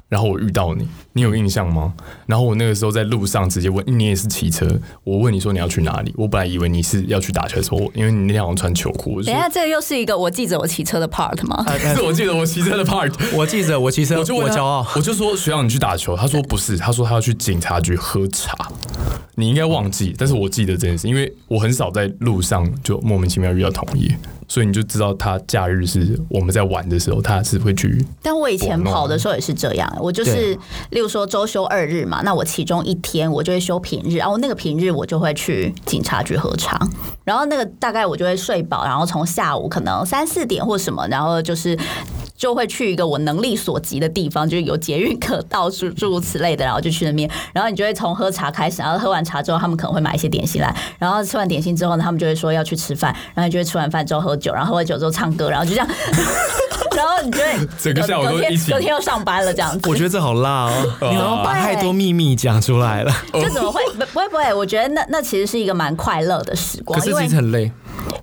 S1: 然后我遇到你，你有印象吗？然后我那个时候在路上直接问你也是骑车，我问你说你要去哪里？我本来以为你是要去打球的时候，因为你那天好像穿球裤，我就
S3: 等一
S1: 说
S3: 下，这又是一个我记着我骑车的 part 吗？
S1: 是 我记得我骑车的 part，
S2: 我记啊着，我骑车，
S1: 我就问他
S2: 骄傲。，
S1: 我就说学长你去打球，他说不是，他说他要去警察局喝茶。你应该忘记，但是我记得这件事，因为我很少在路上就莫名其妙遇到同业，所以你就知道他假日是我们在玩的时候，他是会去
S3: 但我以前
S1: 我弄
S3: 跑的时候也是这样，我就是，例如说周休二日嘛，那我其中一天我就会休平日，然后那个平日我就会去警察局喝茶，然后那个大概我就会睡饱，然后从下午可能三四点或什么，然后就是。就会去一个我能力所及的地方，就是有捷运可到，诸诸如此类的，然后就去那边，然后你就会从喝茶开始，然后喝完茶之后，他们可能会买一些点心来，然后吃完点心之后呢，他们就会说要去吃饭，然后你就会吃完饭之后喝酒，然后喝完酒之后唱歌，然后就这样， 然后你就会
S1: 整个下午都
S3: 隔天
S1: 一起
S3: 隔天又上班了这样 子。
S2: 我觉得这好辣哦， 你好像把太多秘密讲出来了，
S3: 这怎么会？
S2: 哦
S3: 不不会不会，我觉得那那其实是一个蛮快乐的时光
S2: 可，是
S3: 因为
S2: 其实很累。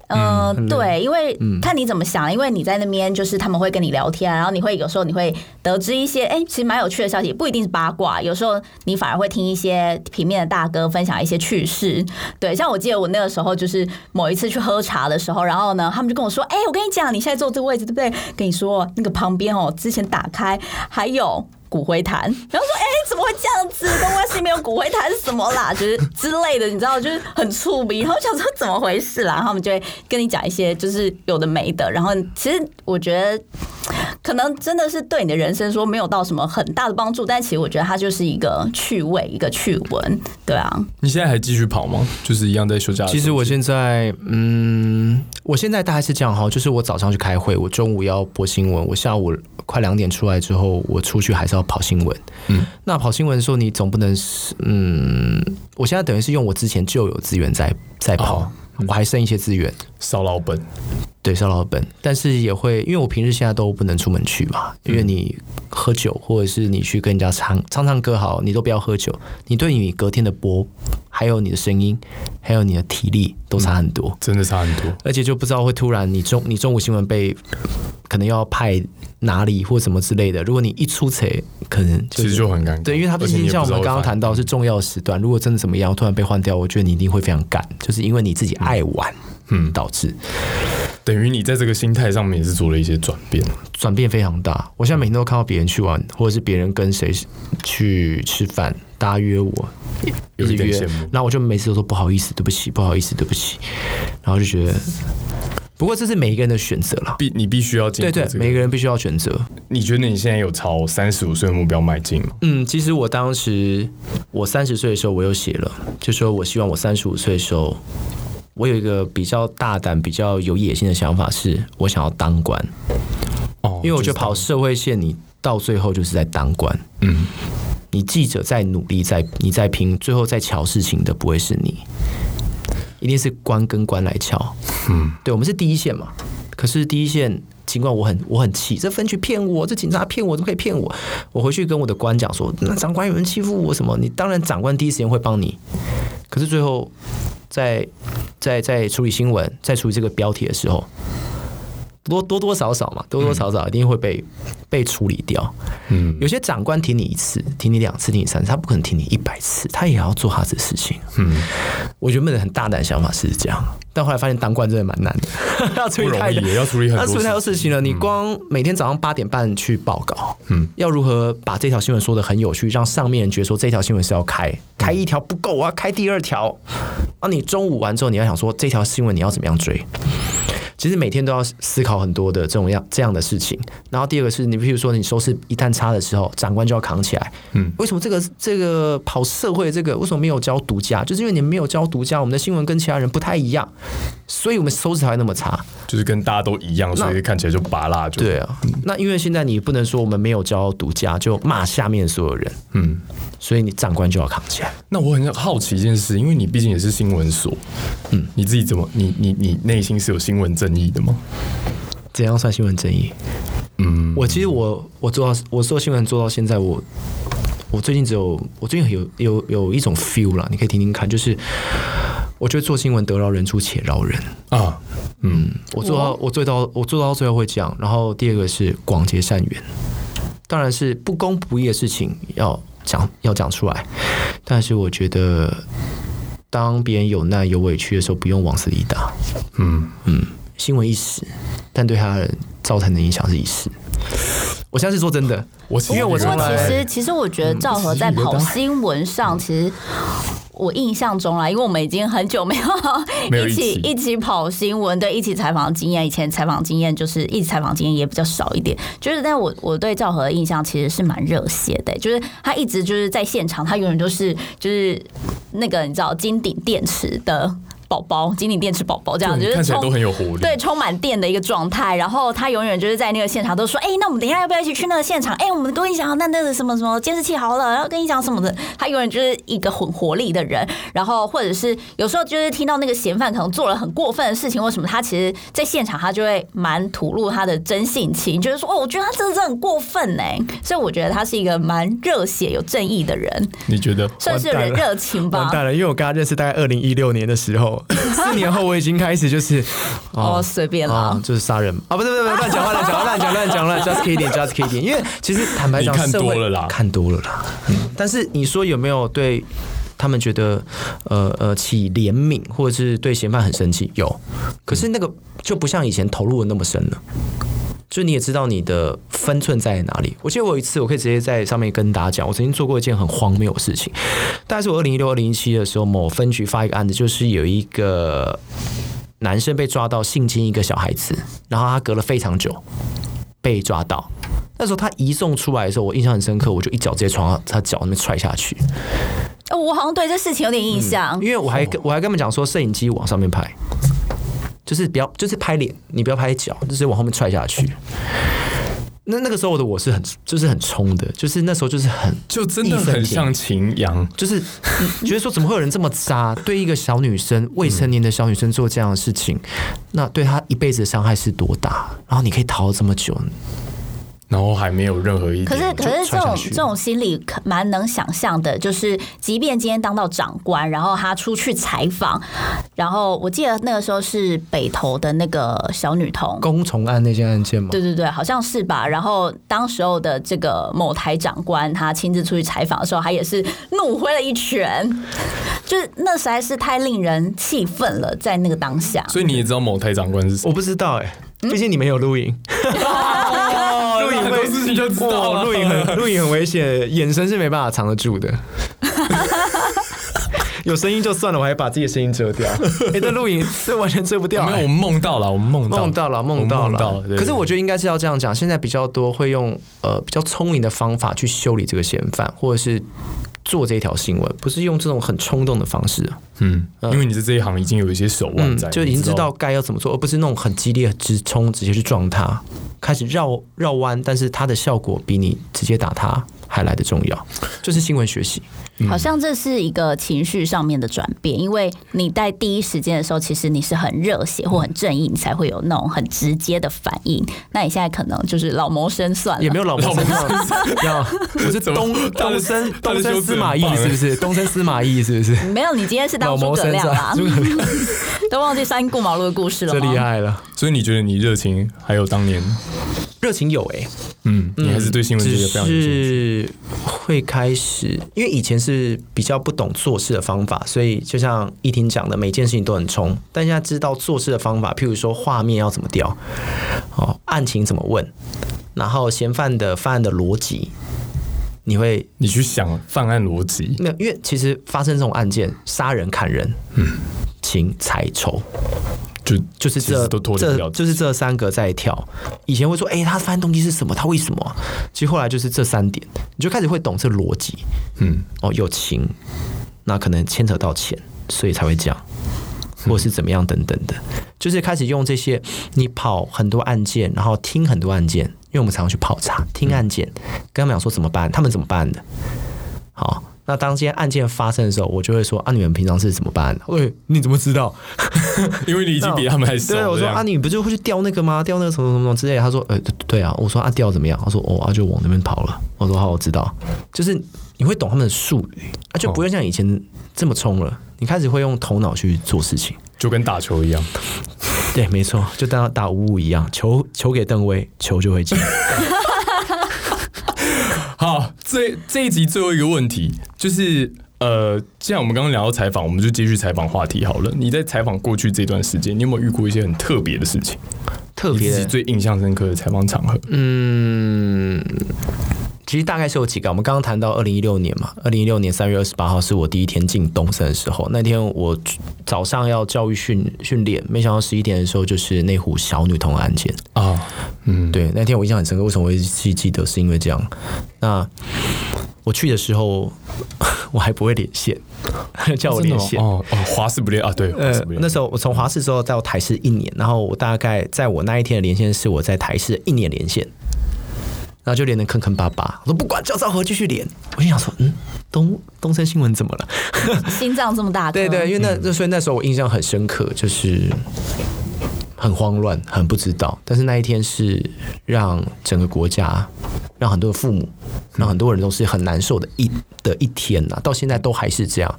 S2: 嗯
S3: 嗯、对，因为看你怎么想，因为你在那边就是他们会跟你聊天啊，然后你会有时候你会得知一些哎、其实蛮有趣的消息，不一定是八卦，有时候你反而会听一些平面的大哥分享一些趣事。对，像我记得我那个时候就是某一次去喝茶的时候，然后呢，他们就跟我说，哎、我跟你讲，你现在坐这个位置对不对？跟你说那个旁边哦，之前打开还有。骨灰坛，然后说：“哎、怎么会这样子？东关西没有骨灰坛是什么啦？ 就是之类的，你知道，就是很触鼻。然后想说怎么回事啦，然后他们就会跟你讲一些就是有的没的。然后其实我觉得，可能真的是对你的人生说没有到什么很大的帮助，但其实我觉得它就是一个趣味，一个趣闻，对啊。
S1: 你现在还继续跑吗？就是一样在休假的时候。
S2: 其实我现在，嗯，我现在大概是这样哈，就是我早上去开会，我中午要播新闻，我下午快两点出来之后，我出去还是要跑新闻。嗯，那跑新闻的时候，你总不能是，嗯，我现在等于是用我之前旧有资源在在跑，
S1: 哦
S2: 我还剩一些资源。
S1: 烧老本，
S2: 对，烧老本，但是也会，因为我平日现在都不能出门去嘛，因为你喝酒或者是你去跟人家唱唱唱歌好，你都不要喝酒，你对你隔天的播，还有你的声音，还有你的体力都差很多，
S1: 真的差很多。
S2: 而且就不知道会突然你中你中午新闻被可能要派哪里或什么之类的，如果你一出彩，可能
S1: 其
S2: 就
S1: 实
S2: 是。
S1: 就很尴尬，
S2: 对，因为它毕
S1: 而且
S2: 竟
S1: 你也
S2: 像
S1: 不
S2: 我
S1: 知道
S2: 们刚刚
S1: 会发
S2: 谈到是重要时段，如果真的怎么样突然被换掉，我觉得你一定会非常赶，就是因为你自己爱玩，嗯，导致。
S1: 等于你在这个心态上面也是做了一些转变。
S2: 转变非常大。我现在每天都看到别人去玩，或者是别人跟谁去吃饭，大家约我，
S1: 有一点
S2: 一直
S1: 羡
S2: 约
S1: 慕，
S2: 然后我就每次都说不好意思，对不起，不好意思，对不起，然后就觉得，不过这是每一个人的选择啦。
S1: 必你必须要进
S2: 对
S1: 入
S2: 对，
S1: 这个。
S2: 每个人必须要选择。
S1: 你觉得你现在有朝三十五岁的目标迈进吗？
S2: 嗯，其实我当时我三十岁的时候，我又写了，就说我希望我三十五岁的时候，我有一个比较大胆、比较有野心的想法是，我想要当官。
S1: 哦，
S2: 因为我觉
S1: 就是
S2: 得跑社会线，你到最后就是在当官。嗯，你记者在努力，在你在拼，最后在瞧事情的不会是你，一定是官跟官来瞧。嗯，对，我们是第一线嘛。可是第一线，尽管我很我很气，这分局骗我，这警察骗我，怎么可以骗我？我回去跟我的官讲说，那长官有人欺负我什么？你当然长官第一时间会帮你，可是最后在在在处理新闻，在处理这个标题的时候，多多多少少嘛，多多
S1: 嗯
S2: 少少一定会被、被处理掉。嗯，有些长官挺你一次，挺你两次，挺你三次，他不可能挺你一百次，他也要做他的事情。嗯，我原本的很大胆的想法是这样，但后来发现当官真的蛮难的， 要处理
S1: 不容
S2: 太
S1: 易
S2: 多
S1: 也要处理很
S2: 那
S1: 多
S2: 处理太多
S1: 事嗯
S2: 事情了。你光每天早上八点半去报告，嗯，要如何把这条新闻说的很有趣，让上面人觉得说这条新闻是要
S1: 嗯
S2: 开，开一条不够，我要开第二条。啊，你中午完之后，你要想说这条新闻你要怎么样追。其实每天都要思考很多的这种样这样的事情。然后第二个是你，譬如说你收视一旦差的时候，长官就要扛起来。嗯，为什么这个这个跑社会这个为什么没有教独家？就是因为你们没有教独家，我们的新闻跟其他人不太一样，所以我们收视才会那么差。
S1: 就是跟大家都一样，所以看起来就拔辣就
S2: 对啊，那因为现在你不能说我们没有教独家，就骂下面所有人。嗯，所以你长官就要扛起来。
S1: 那我很好奇一件事，因为你毕竟也是新闻所，嗯，你自己怎么，你你你内心是有新闻正义的吗？
S2: 怎样算新闻正义？嗯，我其实我我做到我做新闻做到现在，我我最近只有我最近有有有一种 feel 啦，你可以听听看，就是我觉得做新闻得饶人处且饶人。
S1: 啊，
S2: 我做到我做到我做到最后会这样，然后第二个是广结善缘。当然是不公不义的事情要讲要讲出来。但是我觉得，当别人有难有委屈的时候，不用往死里打。
S1: 嗯
S2: 嗯，新闻一时，但对他人造成的影响是一时。我现在是说真的，
S1: 我其实哎
S2: 因为我
S1: 觉得
S3: 不过
S2: 从来
S3: 其实，其实我觉
S1: 嗯
S3: 得赵和在跑新闻上，其实我印象中啊啦，因为我们已经很久没
S1: 没
S3: 有
S1: 有一
S3: 起
S1: 起
S3: 一起跑新闻，对，一起采访经验，以前采访经验就是一起采访经验也比较少一点。就是，但我我对赵和的印象其实是蛮热血的、就是他一直就是在现场，他永远都是就是那个你知道金顶电池的。宝宝，金顶电池宝宝这样，就
S1: 对
S3: 是
S1: 看起来
S3: 冲
S1: 都很有活力
S3: 对，充满电的一个状态。然后他永远就是在那个现场都说：“哎、那我们等一下要不要一起去那个现场？哎、我们跟你讲，那那个什么什么监视器好了，然后跟你讲什么的。”他永远就是一个很活力的人。然后或者是有时候就是听到那个嫌犯可能做了很过分的事情或什么，他其实在现场他就会蛮吐露他的真性情，就是说：“哦，我觉得他真的是很过分哎、所以我觉得他是一个蛮热血、有正义的人，
S1: 你觉得
S3: 算是有点热情吧
S2: 完。蛋了，因为我跟他认识大概二零一六年的时 候，四年后我已经开始就是
S3: 哦，随便啦。
S2: 啊，就是杀人啊，不是不是不是乱讲话，乱讲话，乱讲乱讲乱，just kidding，just kidding。因为其实坦白讲，
S1: 你看
S2: 社
S1: 多
S2: 会
S1: 了啦
S2: 看多了啦。嗯但是你说有没有对他们觉得呃呃起怜悯，或者是对嫌犯很生气？有，可是那个就不像以前投入的那么深了。就你也知道你的分寸在哪里。我记得我有一次，我可以直接在上面跟大家讲，我曾经做过一件很荒谬的事情。大概是我二零一六、二零一七的时候，某分局发一个案子，就是有一个男生被抓到性侵一个小孩子，然后他隔了非常久被抓到。那时候他移送出来的时候，我印象很深刻，我就一脚直接从他他脚那边踹下去，
S3: 哦我好像对这事情有点印象。
S2: 因为我还跟我还跟他们讲说，摄影机往上面拍，就是不要就是拍脸，你不要拍脚，就是往后面踹下去。那那个时候的我是很就是很冲的，就是那时候就是很
S1: 就真的很像秦阳，
S2: 就是嗯 觉得说怎么会有人这么渣，对一个小女生、未成年的小女生做这样的事情，那对她一辈子的伤害是多大？然后你可以逃这么久，
S1: 然后还没有任何一点
S3: 可是，
S2: 就
S3: 可是
S2: 踹
S3: 这
S2: 下
S3: 种
S2: 去
S3: 这种心理可蛮能想象的，就是即便今天当到长官，然后他出去采访，然后我记得那个时候是北投的那个小女童，
S2: 公虫案那件案件吗？
S3: 对对对，好像是吧。然后当时候的这个某台长官，他亲自出去采访的时候，他也是怒挥了一拳，就是那实在是太令人气愤了，在那个当下。
S1: 所以你也知道某台长官是谁，
S2: 我不知道哎、毕竟你们有录影，
S1: 录影很多事情就知道了。
S2: 哇哦录影很录影很危险，眼神是没办法藏得住的。有声音就算了，我还把自己的声音遮 掉。哎、这录影这完全遮不 掉、
S1: 没有，
S2: 哎
S1: 我们梦到了，我们梦到
S2: 梦到了，梦到
S1: 我们
S2: 了。
S1: 对
S2: 可是我觉得应该是要这样讲，现在比较多会用呃比较聪明的方法去修理这个嫌犯，或者是做这条新闻，不是用这种很冲动的方式。
S1: 嗯，因为你在这一行已经有一些手腕
S2: 嗯
S1: 在，，
S2: 就已经
S1: 你
S2: 知道该要怎么做，而不是那种很激烈的直冲直接去撞他，开始绕绕弯，但是它的效果比你直接打他还来得重要。就是新闻学习，
S3: 好像这是一个情绪上面的转变，因为你在第一时间的时候，其实你是很热血或很正义，你才会有那种很直接的反应。那你现在可能就是老谋深算了，
S2: 也没有老 谋深算，要我是
S1: 怎么
S2: 东
S1: 他的
S2: 东升
S1: 他的
S2: 东
S1: 修
S2: 升
S1: 辞
S2: 司马
S1: 很
S2: 懿
S1: 棒
S2: 是不是？东升司马懿是 不是？啊
S3: 没有，你今天是
S2: 老
S3: 当诸
S2: 谋
S3: 葛
S2: 深
S3: 亮 啦
S2: 算，，诸葛亮
S3: 啊都忘记三顾茅庐的故事了
S2: 这
S3: 吗？
S2: 厉害了，
S1: 所以你觉得你热情还有当年，
S2: 热情有哎、
S1: 嗯，你还是对新闻
S2: 只
S1: 这个非常有兴趣。
S2: 是会开始，因为以前是比较不懂做事的方法，所以就像依婷讲的，每件事情都很冲。但现在知道做事的方法，譬如说画面要怎么调，哦，案情怎么问，然后嫌犯的犯案的逻辑，你会
S1: 你去想犯案逻辑，
S2: 没有，因为其实发生这种案件，杀人、砍人、嗯，情、财、仇，
S1: 就
S2: 就
S1: 其
S2: 是
S1: 实
S2: 这
S1: 都脱离不
S2: 这
S1: 了
S2: 就是这三个在跳。以前会说，哎、他翻动机是什么？他为什么啊、其实后来就是这三点，你就开始会懂这逻辑。
S1: 嗯，
S2: 哦，有情，那可能牵扯到钱，所以才会这样，
S1: 嗯
S2: 或是怎么样等等的，就是开始用这些，你跑很多案件，然后听很多案件，因为我们常常去跑查
S1: 嗯
S2: 听案件，跟他们讲说怎么办，他们怎么办的。好，那当今天案件发生的时候，我就会说啊，你们平常是怎么办的？喂，你怎么知道？
S1: 因为你已经比他们还熟
S2: 对，
S1: 了。
S2: 我说啊，你不就会去调那个吗？调那个什么什么什么之类的。他说，呃，对对啊。我说啊，调怎么样？他说，哦，啊，就往那边跑了。我说好，我知道。就是你会懂他们的术语，啊，
S1: 哦
S2: 就不会像以前这么冲了。你开始会用头脑去做事情。
S1: 就跟打球一样，
S2: 对，没错， 就当打五五一样，球球给邓威，球就会进。
S1: 好，这这一集最后一个问题就是，呃，既然我们刚刚聊到采访，我们就继续采访话题好了。你在采访过去这段时间，你有没有遇过一些很特别的事情？
S2: 特
S1: 你自己
S2: 别
S1: 最印象深刻的采访场合？
S2: 嗯，其实大概是有几个。我们刚刚谈到二零一六年嘛，二零一六年三月二十八号是我第一天进东森的时候，那天我早上要教育训训练，没想到十一点的时候就是那户小女童案件。
S1: 啊，嗯，
S2: 对，那天我印象很深刻，为什么我会记记得，是因为这样。那我去的时候， 我还不会连线， 叫我
S1: 真的
S2: 连
S1: 吗
S2: 线。
S1: 哦哦，华氏不列啊，对，华
S2: 呃
S1: 氏不，列
S2: 那时候我从华视之后到台视一年，然后我大概在我那一天的连线是我在台视一年连线，然后就连的坑坑巴巴，我说不管，叫赵和继续连。我就想说，嗯，东东森新闻怎么了？
S3: 心脏这么大颗，
S2: 对对，因为那那所以那时候我印象很深刻，就是很慌乱，很不知道。但是那一天是让整个国家，让很多的父母，让很多人都是很难受的一的一天呐、到现在都还是这样。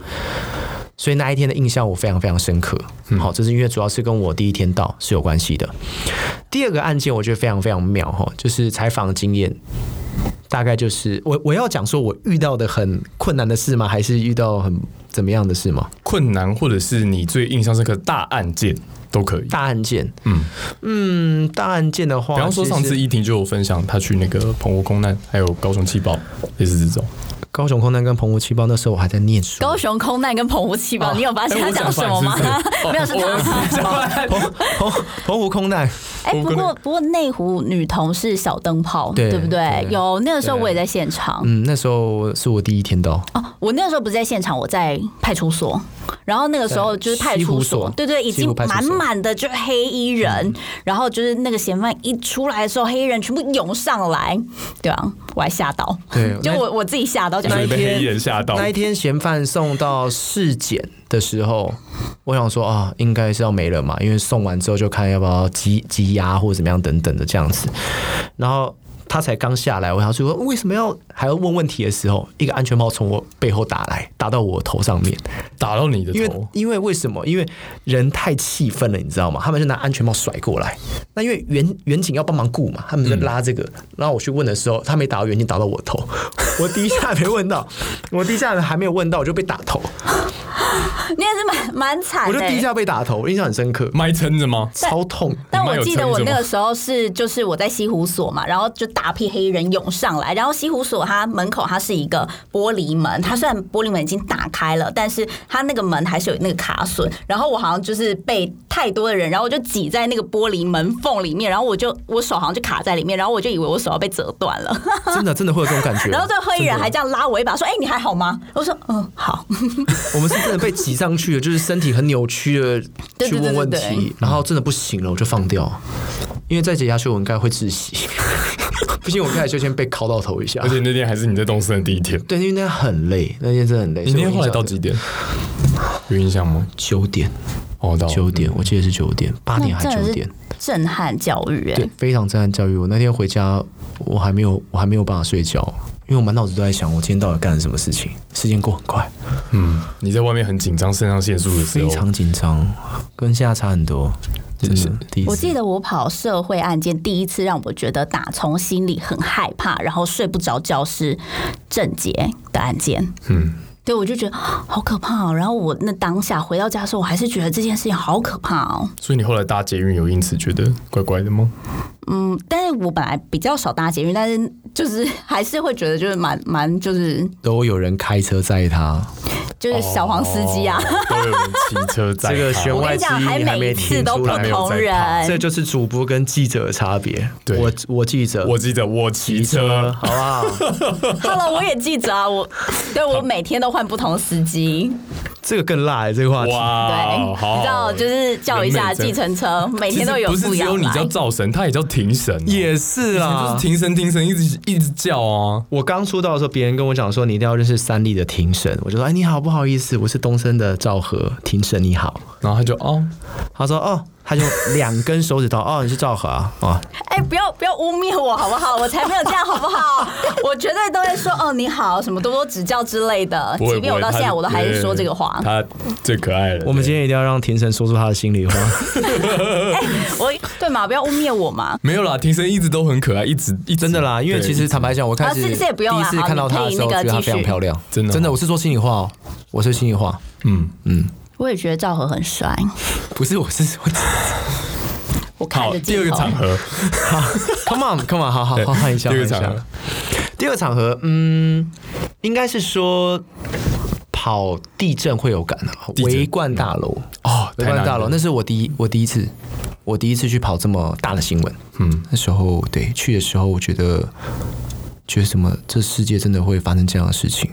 S2: 所以那一天的印象我非常非常深刻。好，这是因为主要是跟我第一天到是有关系的。第二个案件我觉得非常非常妙哈，就是采访经验。大概就是我我要讲说我遇到的很困难的事吗？还是遇到很怎么样的事吗？
S1: 困难或者是你最印象深刻的大案件都可以。
S2: 大案件，嗯嗯，大案件的话，
S1: 比方说，上次
S2: 其实
S1: 依婷就有分享，她去那个澎湖空难，还有高雄气爆，类似这种。
S2: 高雄空难跟澎湖气爆，那时候我还在念书，
S3: 高雄空难跟澎湖气
S2: 哦
S3: 爆，你有发现
S1: 哎
S3: 他
S1: 我
S3: 讲什么吗？
S1: 反是不是
S3: 没有是
S1: 哦我
S3: 他。
S1: 讲反
S2: 澎澎 澎湖空难，
S3: 哎，
S1: 我
S3: 不
S1: 可
S3: 过
S1: 能
S3: 不过内湖女童是小灯泡，
S2: 对
S3: 对不对
S2: 对？
S3: 有那个时候我也在现场。
S2: 嗯，那时候是我第一天到，
S3: 哦，我那个时候不是在现场，我在派出所，然后那个时候就是派
S2: 西湖
S3: 出
S2: 所
S3: 所，对对，已
S2: 西湖派
S3: 经
S2: 出
S3: 满
S2: 所嗯
S3: 满的就是黑衣人，然后就是那个嫌犯一出来的时候，黑衣人全部涌上来，对啊，我还吓到，
S2: 对
S3: 就
S2: 那
S3: 我我自己吓到，讲
S1: 那
S2: 那
S1: 一
S2: 一
S1: 被黑衣
S2: 天
S1: 人吓到，
S2: 那一天嫌犯送到尸检的时候，我想说啊，应该是要没了嘛，因为送完之后就看要不要羁羁押或者怎么样等等的这样子，然后。他才刚下来，我想说为什么要还要问问题的时候，一个安全帽从我背后打来，打到我头上面，
S1: 打到你的
S2: 因为
S1: 头，
S2: 因为为什么？因为人太气愤了，你知道吗？他们就拿安全帽甩过来。那因为远远景要帮忙顾嘛，他们就拉这个。然后我去问的时候，他没打到远景，打到我 头。我第一下没问到，我第一下还没有问到，我就被打头，
S3: 哎你也是蛮蛮惨
S2: 我
S3: 的
S2: 就第一
S3: 欸。
S2: 下被打头，我印象很深刻，
S1: 麦撑着吗？
S2: 超 痛。
S3: 但
S1: 你妈
S3: 我
S1: 有
S3: 记得
S1: 撑
S3: 我
S1: 着
S3: 那
S1: 吗
S3: 个时候是就是我在西湖所嘛，然后就大批黑衣人涌上来，然后西湖所它门口它是一个玻璃门，它虽然玻璃门已经打开了，但是它那个门还是有那个卡榫，然后我好像就是被太多的人，然后我就挤在那个玻璃门缝里面，然后我就我手好像就卡在里面，然后我就以为我手要被折断了，
S2: 真的真的会有这种感觉。
S3: 然后这个黑衣人还
S2: 啊真
S3: 这样拉我一把说：“哎、你还好吗？”我说：“嗯，好。
S2: 的我们是真的被挤上去了，就是身体很扭曲的
S3: 对对
S2: 去问问
S3: 对对嗯
S2: 题，然后真的不行了，我就放掉，因为再挤下去我应该会窒息。 不行，我刚才就先被敲到头一下
S1: 而。且那天还是你在东森的第一天，
S2: 对，因为那天很累，那天真的很累。
S1: 你那天后来到
S2: 所以
S1: 几点？有印象吗？
S2: 我印象很深九点？
S1: 哦，到
S2: 九点，我记得是九点，八点还
S3: 真的
S2: 九
S3: 是
S2: 点，
S3: 震撼教育、哎
S2: 对，非常震撼教育。我那天回家，我还没有，我还没有办法睡觉，因为我满脑子都在想，我今天到底干了什么事情。时间过很快，
S1: 嗯，你在外面很紧张，肾上腺素的时
S2: 非
S1: 候，
S2: 常紧张，跟现在差很多。哦真的，第一次
S3: 我记得我跑社会案件第一次让我觉得打从心里很害怕，然后睡不着觉是郑捷的案件。
S1: 嗯，
S3: 对，我就觉得啊好可怕哦。然后我那当下回到家的时候，我还是觉得这件事情好可怕哦。
S1: 所以你后来搭捷运有因此觉得怪怪的吗？
S3: 嗯，但是我本来比较少搭捷运，但是就是还是会觉得就是蛮蛮就是
S2: 都有人开车载他，
S3: 就是小黄司机啊。
S1: 哦，都有人骑车载
S2: 这个
S1: 他
S2: 旋
S3: 我
S2: 外
S3: 跟你讲，
S2: 之音你还
S3: 每一
S2: 没
S3: 次
S2: 听
S3: 都
S2: 出
S3: 不
S2: 来
S3: 同
S2: 这
S3: 人。
S2: 就是主播跟记者的差别。
S1: 对
S2: 我我记者，
S1: 我记得我骑车，
S2: 好不 好？
S3: Hello，我也记着啊，我对我每天都换不同司机。
S2: 这个更辣、欸，这个话题。
S1: 哇，
S3: 对，
S1: 哦好，
S3: 你知道，就是叫一下
S1: 人美
S3: 计程车，每
S1: 其
S3: 天
S1: 实
S3: 都有
S1: 不是
S3: 不一
S1: 只有
S3: 样
S1: 你
S3: 来
S1: 叫。赵神，他也叫庭神哦，
S2: 也是啊
S1: 就是
S2: 啦，
S1: 庭神庭神一直一直叫啊，
S2: 我刚出道的时候，别人跟我讲说你一定要认识三立的庭审，我就说哎你好，不好意思，我是东森的赵和庭审，你好。
S1: 然后他就哦，
S2: 他说哦，
S4: 他就两根手指头，哦，你是赵和啊，啊，
S3: 哎、不要不要污蔑我好不好？我才没有这样好 不好？我绝对都会说哦你好，什么多多指教之类的。
S1: 不会
S3: 即便我
S1: 不会
S3: 到现在
S1: 他
S3: 我都还是说这个话
S1: 对。他最可爱了。
S4: 我们今天一定要让庭神说出他的心里话。
S3: 我对嘛？不要污蔑我嘛。
S1: 没有啦，庭生一直都很可爱，一直一直
S2: 真的啦，因为
S1: 对
S2: 其实坦白讲，我开始
S3: 啊
S2: 第
S3: 这这也不用
S2: 一
S3: 啦
S2: 次看到她的时候，
S3: 好你可以那
S2: 觉
S3: 个
S2: 得她
S3: 继续
S2: 非常漂亮，
S1: 真的哦
S2: 真的，我是说心里话哦，我是心里话，
S1: 嗯，
S3: 我也觉得赵和很帅，
S2: 不是我是我
S3: 我看
S1: 好，
S3: 着
S1: 第
S3: 镜
S1: 二个
S3: 头。
S1: 场合，
S2: ，Come on，Come on，好好
S1: 对
S2: 好，换一下，
S1: 第二个
S2: 换一下
S1: 场合，
S2: 第二个场合，嗯，应该是说跑地震会有感的吧，
S1: 震
S2: 围观大楼，
S1: 哦，
S2: 围
S1: 太
S2: 观
S1: 难
S2: 大楼，
S1: 了
S2: 那是我第一我第一次，我第一次去跑这么大的新闻，
S1: 嗯，
S2: 那时候对去的时候，我觉得觉得什么，这世界真的会发生这样的事情，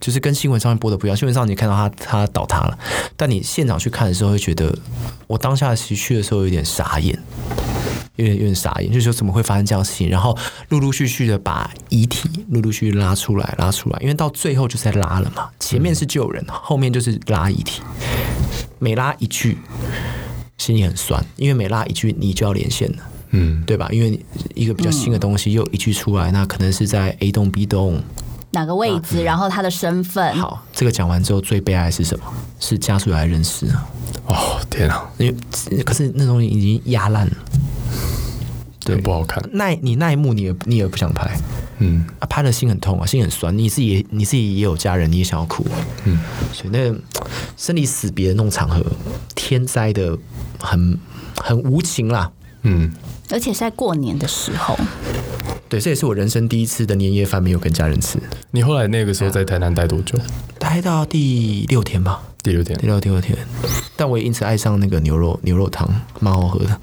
S2: 就是跟新闻上面播的不一样。新闻上你看到它它倒塌了，但你现场去看的时候，会觉得我当下其实去的时候有点傻眼。有点有点傻眼，就是说怎么会发生这样的事情？然后陆陆续续的把遗体陆陆续续拉出来，拉出来，因为到最后就是在拉了嘛，前面是救人，后面就是拉遗体，每拉一句，心里很酸，因为每拉一句你就要连线了。
S1: 嗯，
S2: 对吧？因为你一个比较新的东西又一句出来，那可能是在 A 栋 B 栋。
S3: 哪个位置，然后他的身份。
S2: 好，这个讲完之后，最悲哀的是什么？是家属来认识啊，
S1: 哦，天啊，
S2: 因为可是那东西已经压烂了。对
S1: 很不好看，
S2: 那你那一幕你也你也不想拍
S1: 嗯，
S2: 啊，拍了心很痛啊，心很酸。你自己也你自己也有家人，你也想要哭，嗯，所以那个生离死别的那种场合，天灾的很很无情啦。
S1: 嗯，
S3: 而且是在过年的时候，
S2: 对，这也是我人生第一次的年夜饭没有跟家人吃，
S1: 你后来那个时候在台南待多久？
S2: 待到第六天吧，
S1: 第六天
S2: 第，六天，第六天，但我也因此爱上那个牛肉牛肉汤，蛮好喝的。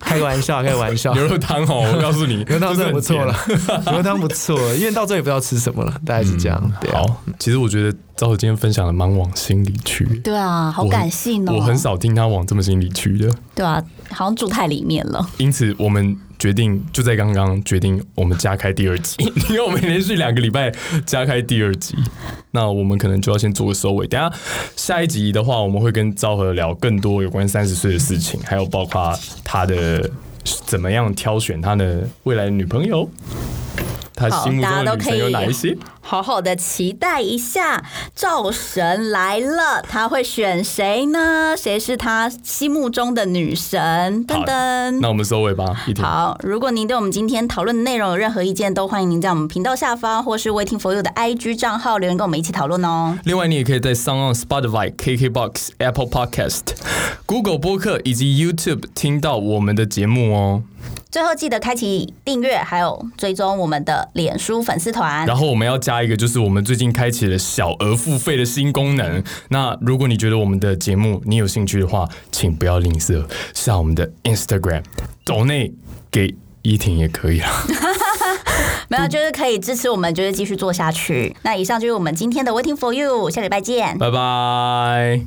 S2: 开个玩笑，开个玩笑，
S1: 牛肉汤哦， 我告诉你，
S2: 牛肉汤真的不错
S1: 就是
S2: 了
S1: 很，
S2: 牛肉汤不错，因为到这也不知道吃什么了，大概是这样。对
S1: 甜。
S2: 啊，
S1: 好，其实我觉得赵今天分享的蛮往心里去，
S3: 对啊，好
S1: 我
S3: 感性哦。
S1: 我很少听他往这么心里去的，
S3: 对啊，好像住太里面了。
S1: 因此我们决定就在刚刚决定我们加开第二集， 因为我们连续两个礼拜加开第二集，那我们可能就要先做个收尾。等一下下一集的话，我们会跟昭和聊更多有关三十岁的事情，还有包括他的怎么样挑选他的未来的女朋友。他
S3: 好
S1: 心目
S3: 大
S1: 中
S3: 家
S1: 的
S3: 都
S1: 女
S3: 可
S1: 神
S3: 以
S1: 有哪一些？
S3: 好好的期待一下，赵神来了，他会选谁呢？谁是他心目中的女神？
S1: 好
S3: 噔噔。
S1: 那我们收尾吧，一天。
S3: 好，如果您对我们今天讨论的内容有任何意见，都欢迎您在我们频道下方或是 Waiting for You 的 IG 账号留言跟我们一起讨论哦。
S1: 另外，你也可以在 s o n Spotify、KKBox、Apple Podcast、Google 播客以及 YouTube 听到我们的节目哦。
S3: 最后记得开启订阅，还有追踪我们的脸书粉丝团。
S1: 然后我们要加一个，就是我们最近开启了小额付费的新功能。那如果你觉得我们的节目你有兴趣的话，请不要吝啬，上我们的 Instagram 抖内给依婷也可以啦。
S3: 没有，就是可以支持我们，就是继续做下去。那以上就是我们今天的 Waiting for You，下礼拜见。
S1: 拜拜。